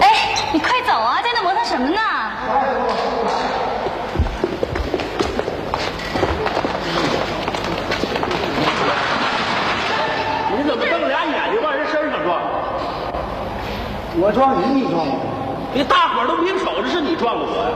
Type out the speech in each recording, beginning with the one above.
哎啊啊我撞你，你撞我，你大伙儿都明瞅着是你撞的我呀，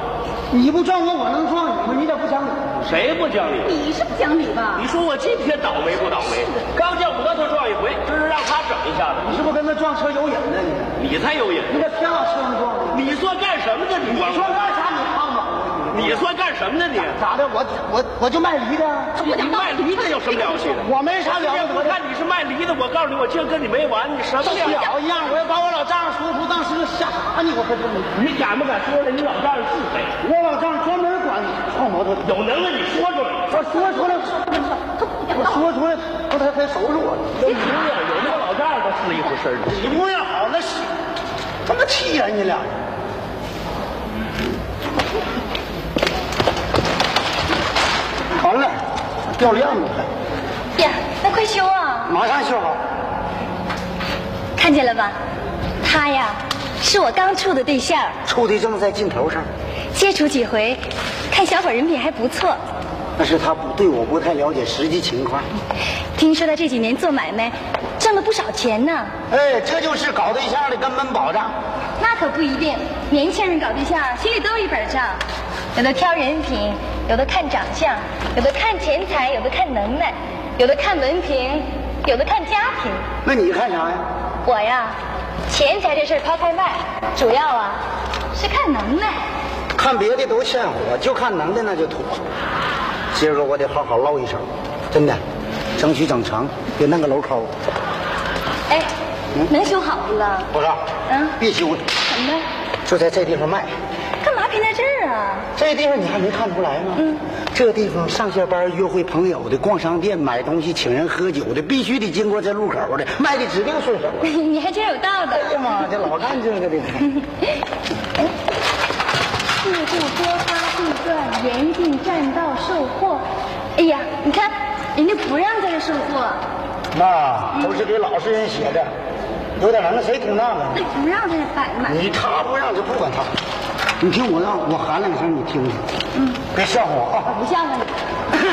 你不撞我，我能撞你吗？你咋不讲理？谁不讲理？啊你是不讲理吧你？说我今天倒霉不倒霉？刚叫摩托撞一回，这是让他整一下子，你是不是跟他撞车有瘾呢？你才有瘾！你，你咋偏往车上撞呢？你算干什么的？你你说干啥？你胖吧？你算干什么的？你咋的？我我我就卖梨的，啊你卖梨的有什么了不起的？我没啥了不我得的。看你是卖梨的，我告诉你，我今儿跟你没完，你什么跟了？小一样，我要把我老丈人说出当时吓傻你，我可真没。你敢不敢说人家老丈人是谁？我老丈人专门管撞摩托车，有能耐你说出来。我说出来，我说出来，他他他收拾我了。有朋友，有那老丈人都是一回事儿。你模样好，那是他妈气人你俩。完了，掉链子了，呀，那快修啊！马上修好。看见了吧？他呀，是我刚处的对象，处对正在劲头上，接触几回，看小伙人品还不错。那是他不对我不太了解实际情况。听说他这几年做买卖，挣了不少钱呢。哎，这就是搞对象的根本保障。那可不一定，年轻人搞对象心里都有一本账，有的挑人品，有的看长相，有的看钱财，有的看能耐，有的看文凭，有的看家庭。那你看啥呀？我呀，钱财这事儿抛开外，主要啊是看能耐。看别的都欠火，就看能的那就妥。今儿个我得好好唠一声，真的，争取整成，别弄个镂抠。哎，能修好了？我说，嗯别修了，怎么的？就在这地方卖。干嘛偏在这儿啊？ 这地方你还没看出来吗？嗯，这地方上下班约会朋友的、逛商店买东西、请人喝酒的，必须得经过这路口的，卖的指定顺手。你还真有道哎呀理。妈，这老干这个的。四顾多发地段，严禁占道售货。哎呀，你看人家不让在这售货，那都是给老实人写的，有点能耐谁听那个？那不让在这摆卖。你他不让就不管他。你听我让我喊两声，你听听。嗯，别吓唬我啊！不像话你。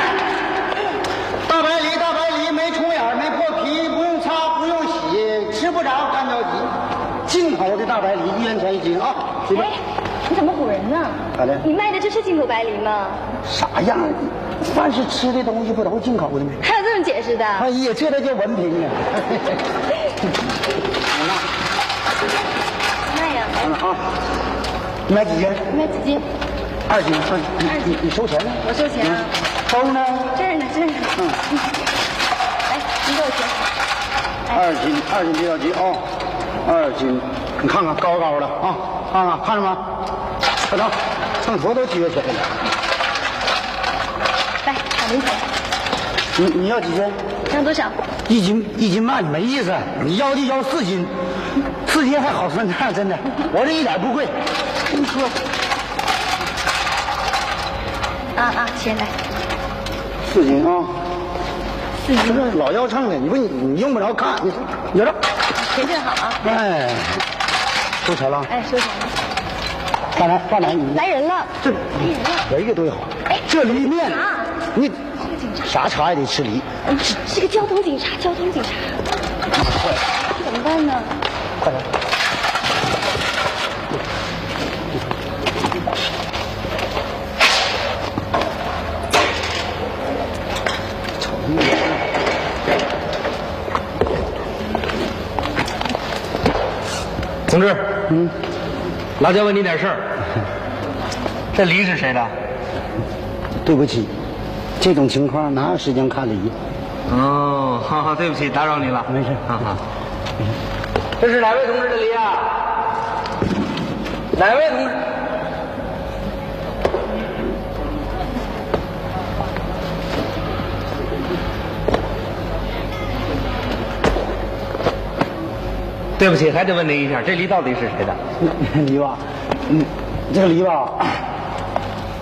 大白梨，大白梨，没虫眼儿，没破皮，不用擦，不用洗，吃不着干着急。进口的大白梨，一元钱一斤啊！随便哎，你怎么唬人呢？咋的你卖的这是进口白梨吗？啥样？凡是吃的东西，不都是进口的吗？还有这么解释的？哎呀，这才叫文凭呢。啊卖呀，哎完了啊，你买几斤？卖几斤？二斤，收你你你收钱呢？我收钱啊。收呢？这儿呢，这儿呢。嗯。来，你给我钱。二斤，二斤别着急啊、二斤，你看看高高的啊，看看看着吗？快走，秤砣都撅起来了。来，打零钱，你你要几斤？让多少？一斤一斤半没意思，啊你要就要四斤，四斤还好算账，真的，我这一点不贵。你说啊啊，钱来。四斤啊？四斤老要秤的，你说你你用不着看，你你着，钱正好啊。哎，收钱了，哎，收钱了。大来大来，你来人了，这来人了。人越多越好哎。这梨面啊，你啥茶也得吃梨。嗯是是个交通警察，交通警察，怎么办呢？快点！同志，嗯，老家问你点事儿。这梨是谁的？对不起，这种情况哪有时间看梨？哦，哈哈，对不起，打扰你了。没事哈哈。这是哪位同志的梨啊？哪位同志？对不起，还得问您一下，这梨到底是谁的？ 梨吧，嗯，这个梨吧，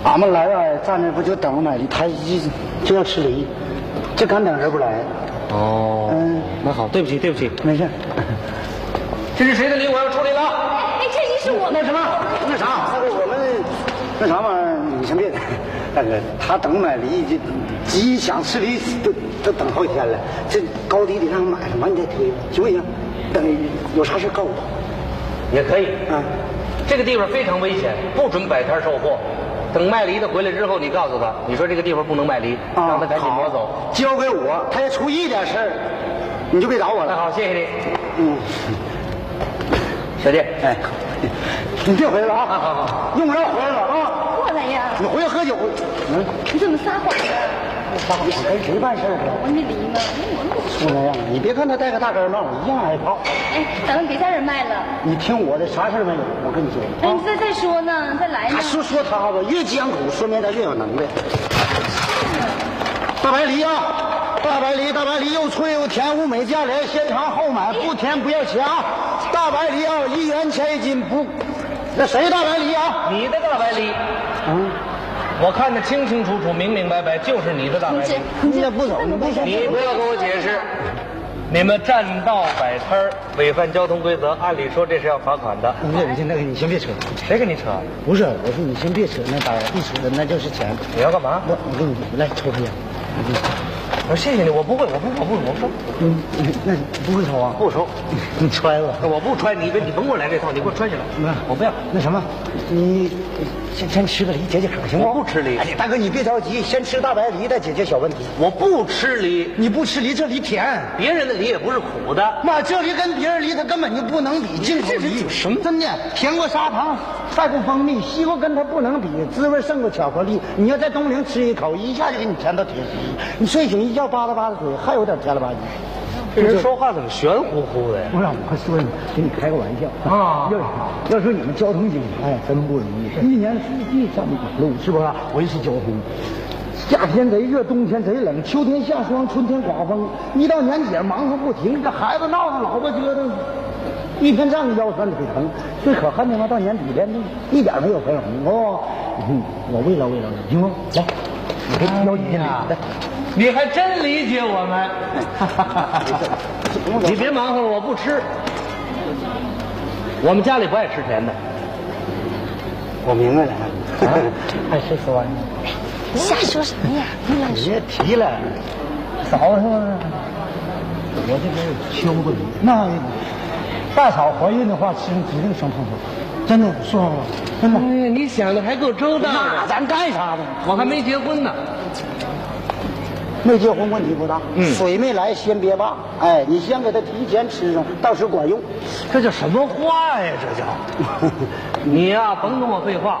俺们来啊，站那不就等着买梨，他一就要吃梨，这干等人不来，哦嗯，那好，对不起，对不起，没事。这是谁的梨？我要处理了。哎，这一是我们那什么，那啥，那个我们那啥玩意儿，你先别，大哥，他等买梨就急想吃梨，都都等好几天了，这高低得让他买上，完你再推，行不行？等有啥事告诉我。也可以。嗯，这个地方非常危险，不准摆摊售货。等卖梨的回来之后，你告诉他，你说这个地方不能卖梨，啊让他赶紧挪走。交给我，他要出一点事儿，你就别找我那了。好，谢谢你，嗯，小弟。哎，你别回来了啊！啊好好用不着回来了啊！过来呀，你回去喝酒。嗯，你怎么撒谎呢？我跟谁办事儿啊？我那梨呢？我那么……就那样，你别看他戴个大跟帽，一样挨炮。哎，咱们别在这儿卖了，你听我的，啥事儿没有？我跟你说。哎，你再再说呢，再来呢他。说说他吧，越艰苦，说明他越有能耐。大白梨啊，大白梨，大白梨又脆又甜，物美价廉，先尝后买，不甜不要钱啊！大白梨啊，一元钱一斤，不，那谁大白梨啊？你的大白梨，嗯，我看得清清楚楚、明明白白，就是你的大白你梨这。你也不走，你不你不要跟我解释，你们占道摆摊儿违反交通规则，按理说这是要罚款的。不是，你先那个，你先别扯。谁跟你扯？不是，我说你先别扯那大白，一扯那就是钱。你要干嘛？我我给你来抽根烟，我给你我说谢谢你，我不会，我不，我不，我不，嗯，那你不会抽啊？不抽。你揣吧。呃我不穿，你别你甭给我来这套，你给我穿起来。我不要。那什么，你先先吃个梨解解渴，行不？我不吃梨哎呀，大哥，你别着急，先吃大白梨，再解决小问题。我不吃梨，你不吃梨，这梨甜。别人的梨也不是苦的。妈，这梨跟别人梨它根本就不能比，净是梨。什么？真的，甜过砂糖，赛过蜂蜜，西瓜跟它不能比，滋味胜过巧克力。你要在东陵吃一口，一下就给你甜到铁皮。你睡醒一觉吧嗒吧嗒嘴，还有点甜了吧唧。这人说话怎么玄乎乎的呀？不让我说你，跟你开个玩笑啊要要说你们交通警察呀，真不容易，一年四季上马路是不是啊维持交通？夏天贼热，冬天贼冷，秋天下霜，春天刮风，一到年节忙活不停，这孩子闹腾，老婆折腾，一天仗着腰酸腿疼，最可恨的嘛，到年底连一点没有分红哦。嗯我慰劳慰劳你，行不？来，你给腰几斤来。你还真理解我 们。你别忙活了，我不吃。我们家里不爱吃甜的。我明白了，啊 爱吃死玩意。瞎说什么呀？别提了，嫂子，我这边有秋子那大嫂怀孕的话，吃指定生胖头，真的是吧？真的。哎呀，你想的还够周到那咱干啥呢？我还没结婚呢。没结婚问题不大，水没来先别罢。哎，你先给他提前吃上，到时管用。这叫什么话呀？这叫你呀、甭跟我废话，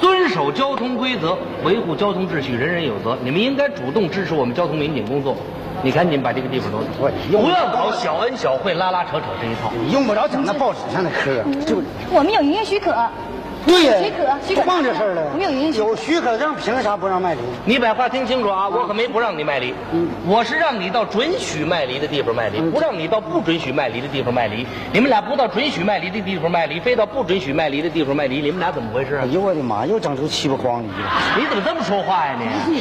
遵守交通规则，维护交通秩序，人人有责。你们应该主动支持我们交通民警工作。你赶紧把这个地方挪走，我用不要搞小恩小惠、拉拉扯扯这一套。你用不着整那报纸上的嗑，就我们有营业许可，嗯对呀许可，许可不忘这事儿了。我们有营业许可有。许可证，凭啥不让卖梨？你把话听清楚啊！我可没不让你卖梨，我是让你到准许卖梨的地方卖梨，不让你到不准许卖梨的地方卖梨。你们俩不到准许卖梨的地方卖梨，非到不准许卖梨的地方卖梨，你们俩怎么回事啊哎？呦我的妈，又整出七八筐梨了。你怎么这么说话呀你？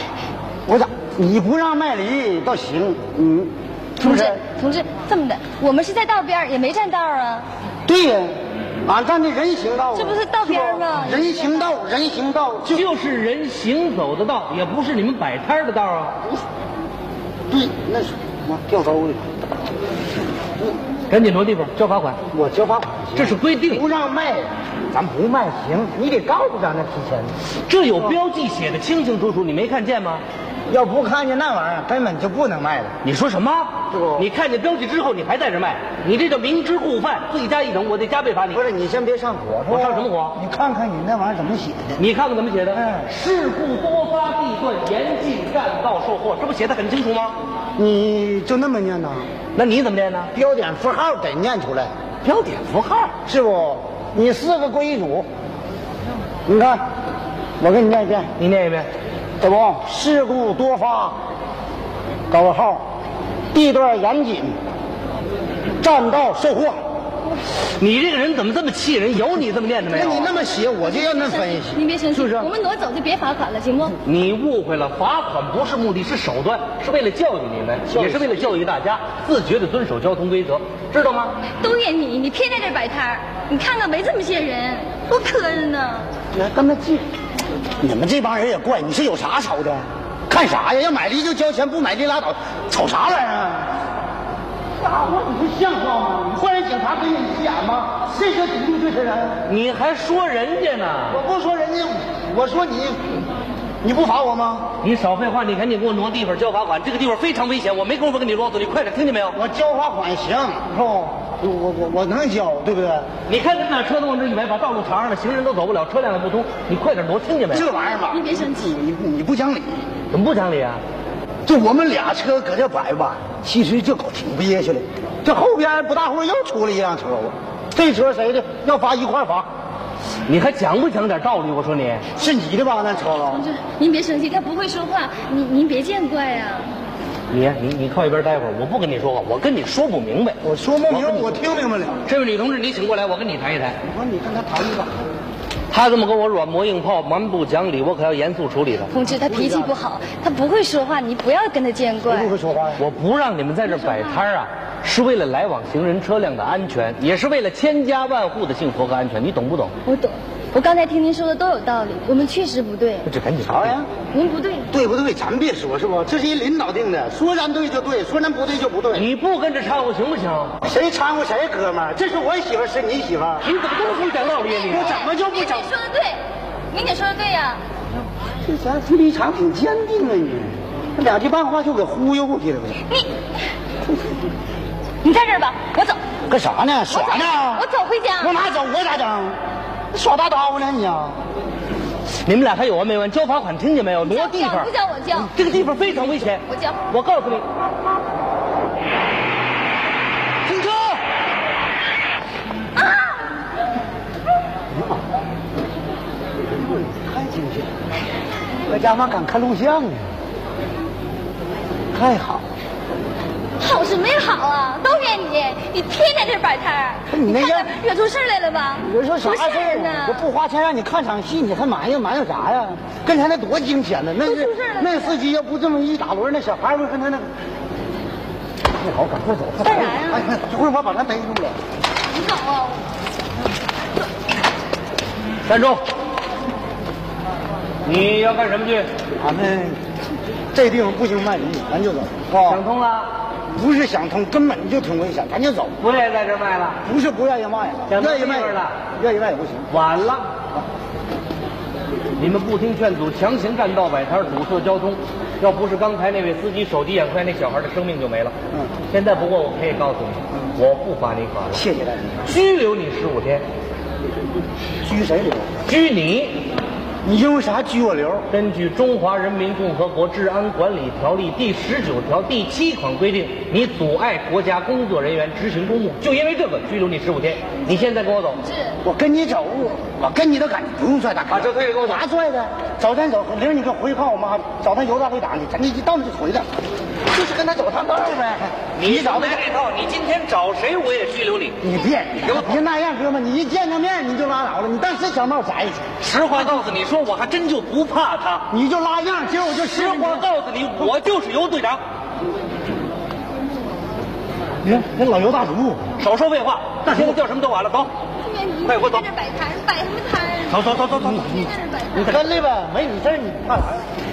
我咋你不让卖梨倒行，嗯，是同不志是？，同志，这么的，我们是在道边儿，也没占道啊。对呀、俺站的人行道啊，这不是道边儿吗是吧人行道，人行道就就是人行走的道，也不是你们摆摊儿的道啊！对，那是妈掉沟里，赶紧挪地方，交罚款，我交罚款这是规定不，让卖，咱不卖行，你得告诉咱那提前，这有标记写的清清楚楚，你没看见吗？要不看见那玩意儿根本就不能卖了。你说什么是不？你看见标记之后，你还在这卖，你这叫明知故犯，罪加一等，我得加倍罚你不。是你先别上火，是吧我上什么火啊你看看你那玩意儿怎么写的，你看看怎么写的？哎事故多发地段，严禁占道售货，这不写的很清楚吗？你就那么念呐？那你怎么念呢？标点符号得念出来。标点符号。是不？你四个归一组，你看，我给你念一遍，你念一遍。怎不？事故多发，搞个号，地段严谨，占道售货。你这个人怎么这么气人？有哎你这么念的没那有？啊哎你那么写，我就让他分析。您别生气，是不是？我们挪走就别罚款了，行不？你误会了，罚款不是目的，是手段，是为了教育你们，也是为了教育大家自觉的遵守交通规则，知道吗？都怨你，你偏在这儿摆摊儿。你看看没这么些人，多磕碜呢。你还跟他犟，你们这帮人也怪，你是有啥瞅的？看啥呀？要买梨就交钱，不买梨拉倒，瞅啥玩意儿啊？家伙，你不像话吗？你坏人警察给你急眼吗？这个抵触最深人。你还说人家呢？我不说人家，我说你，你不罚我吗？你少废话！你看你给我挪地方交罚款，这个地方非常危险，我没工夫跟你啰嗦，你快点，听见没有？我交罚款行，是吧？我我我我能交，对不对？你看咱俩车都往这一摆，把道路查上了，行人都走不了，车辆也不通，你快点挪，听见没？这玩意儿吧，您别生气，你你不讲理。怎么不讲理啊？就我们俩车搁这摆吧，其实这狗挺憋屈的。这后边不大会儿又出了一辆车，我这车谁的？要罚一块儿罚，你还讲不讲点道理？我说你，是你的吧？那车哦同志，您别生气，他不会说话，您您别见怪啊。你你你靠一边待会儿，我不跟你说话，我跟你说不明白。我说不明白，我跟你我听明白了。这位女同志，你请过来，我跟你谈一谈。我说你跟他谈一个，他这么跟我软磨硬泡，蛮不讲理，我可要严肃处理他。同志，他脾气不好，他不会说话，你不要跟他见怪。不会说话呀？我不让你们在这摆摊儿啊，是为了来往行人车辆的安全，也是为了千家万户的幸福和安全，你懂不懂？我懂，我刚才听您说的都有道理，我们确实不对，这赶紧啥呀？您不对，对不对？咱别说，是不？这是一领导定的，说咱对就对，说咱不对就不对。你不跟着掺和行不行？谁掺和谁，哥们儿？这是我媳妇儿，是你媳妇儿。你怎么这么会讲道理啊我怎么就不明姐讲？说的对，明姐说的对呀、这咱立场挺坚定啊，你这两句半话就给忽悠过去了呗？你，你在这儿吧，我走，干啥呢？耍我呢？走回家。往哪走？我咋整？你耍大刀呢你啊？你？你们俩还有完没完？交罚款听见没有？挪地方不，叫我叫，这个地方非常危险。我叫我告诉你，停车！啊哎太精神了，我家妈敢看录像呢，太好了。好什么呀好啊，都怨你，你天天在这儿摆摊儿，啊哎你那看样看惹出事儿来了吧？你这说啥事出儿啊呢呢？我？不花钱让你看场戏，你还埋怨埋怨啥呀？刚才那多惊险呢！那都是出事儿了那司机要不这么一打轮，那小孩儿会跟他那个。那好，赶快走！快走干啥呀哎，一会儿我把他逮住了。你走啊！站住！你要干什么去？咱们这地方不行卖淫，咱就走。想通了，不是想通，根本就挺危险，咱就走。不愿意在这儿卖了。不是不愿意卖，想通愿意卖地方了，愿意卖也不行。晚了，你们不听劝阻，强行占道摆摊，堵塞交通。要不是刚才那位司机手疾眼快，那小孩的生命就没了。嗯现在不过我可以告诉你，我不罚你款了，谢谢大家。拘留你十五天，拘谁留？拘你你因为啥拘我留？根据《中华人民共和国治安管理条例》第十九条第七款规定，你阻碍国家工作人员执行公务，就因为这个拘留你十五天。你现在跟我走，我跟你走，我我跟你的感情不用拽大哥。把这推给我走拿拽的，早咱走，玲儿你可回看我妈，早咱由大队打你，咱这一到那就回来，就是跟他走趟道儿呗。少来这套，你今天找谁我也拘留你。你别，你给我别那样，哥们，你一见着面你就拉倒了，你当时小帽摘去，实话告诉你说，我还真就不怕他。你就拉样，结果就实话告诉你，我就是尤队长。你看那老尤大叔，少说废话，那现在叫什么都晚了，走。怨你快给我走在这儿摆摊儿，摆什么摊儿？啊走走走走走在这儿摆摊儿。你跟来呗，没你事儿你怕啥呀？